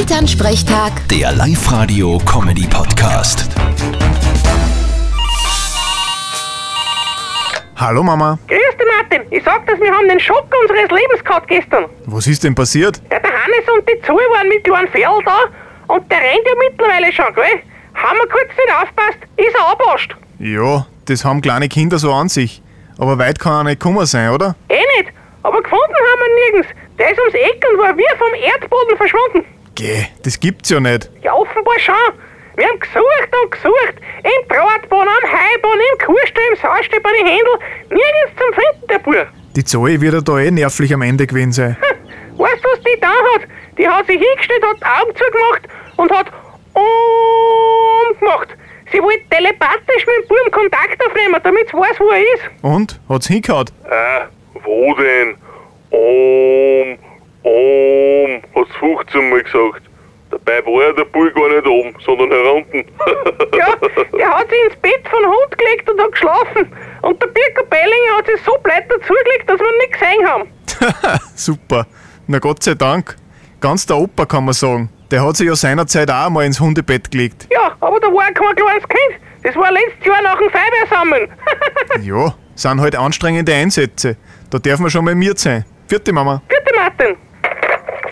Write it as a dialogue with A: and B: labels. A: Elternsprechtag,
B: Der Live-Radio-Comedy-Podcast.
C: Hallo Mama,
D: Grüß dich, Martin. Ich sag das, wir haben den Schock unseres Lebens gehabt gestern.
C: was ist denn passiert?
D: Der, der Hannes und die Zoe waren mit kleinen Pferdl da und der rennt ja mittlerweile schon, gell? Haben wir kurz nicht aufpasst, ist er abwascht.
C: Ja, das haben kleine Kinder so an sich. Aber weit kann er nicht gekommen sein, oder?
D: Eh nicht, aber gefunden haben wir ihn nirgends. Der ist ums Eck und war wie vom Erdboden verschwunden.
C: Geh, das gibt's ja nicht.
D: Ja, offenbar schon. Wir haben gesucht und gesucht. Im Drahtbahn, am Heibahn, im Kurstuhl, im Saustall, bei den Händel. Nirgends zum Finden, der Bub.
C: Die Zoe wird ja da eh nervlich am Ende gewesen sein.
D: Weißt du, was die da hat? Die hat sich hingestellt, hat die Augen zugemacht und hat um gemacht. Sie wollte telepathisch mit dem Buben Kontakt aufnehmen, damit sie weiß, wo er ist.
C: Und? Hat's hingehauen?
E: Äh, wo denn? Um, um, hat's 15 Mal gesagt. Dabei war der Bull gar nicht oben, sondern herunten.
D: Ja, der hat sie ins Bett von Hund gelegt und hat geschlafen. Und der Birker Bellinger hat sie so blöd dazugelegt, dass wir ihn nicht gesehen haben.
C: Super. Na Gott sei Dank. Ganz der Opa kann man sagen. Der hat sich ja seinerzeit auch mal ins Hundebett gelegt.
D: Ja, aber da war kein kleines Kind. Das war letztes Jahr nach dem Feuerwehr sammeln.
C: Ja, sind halt anstrengende Einsätze. Da darf man schon mal miert sein. Vierte Mama.
D: Bitte, Martin.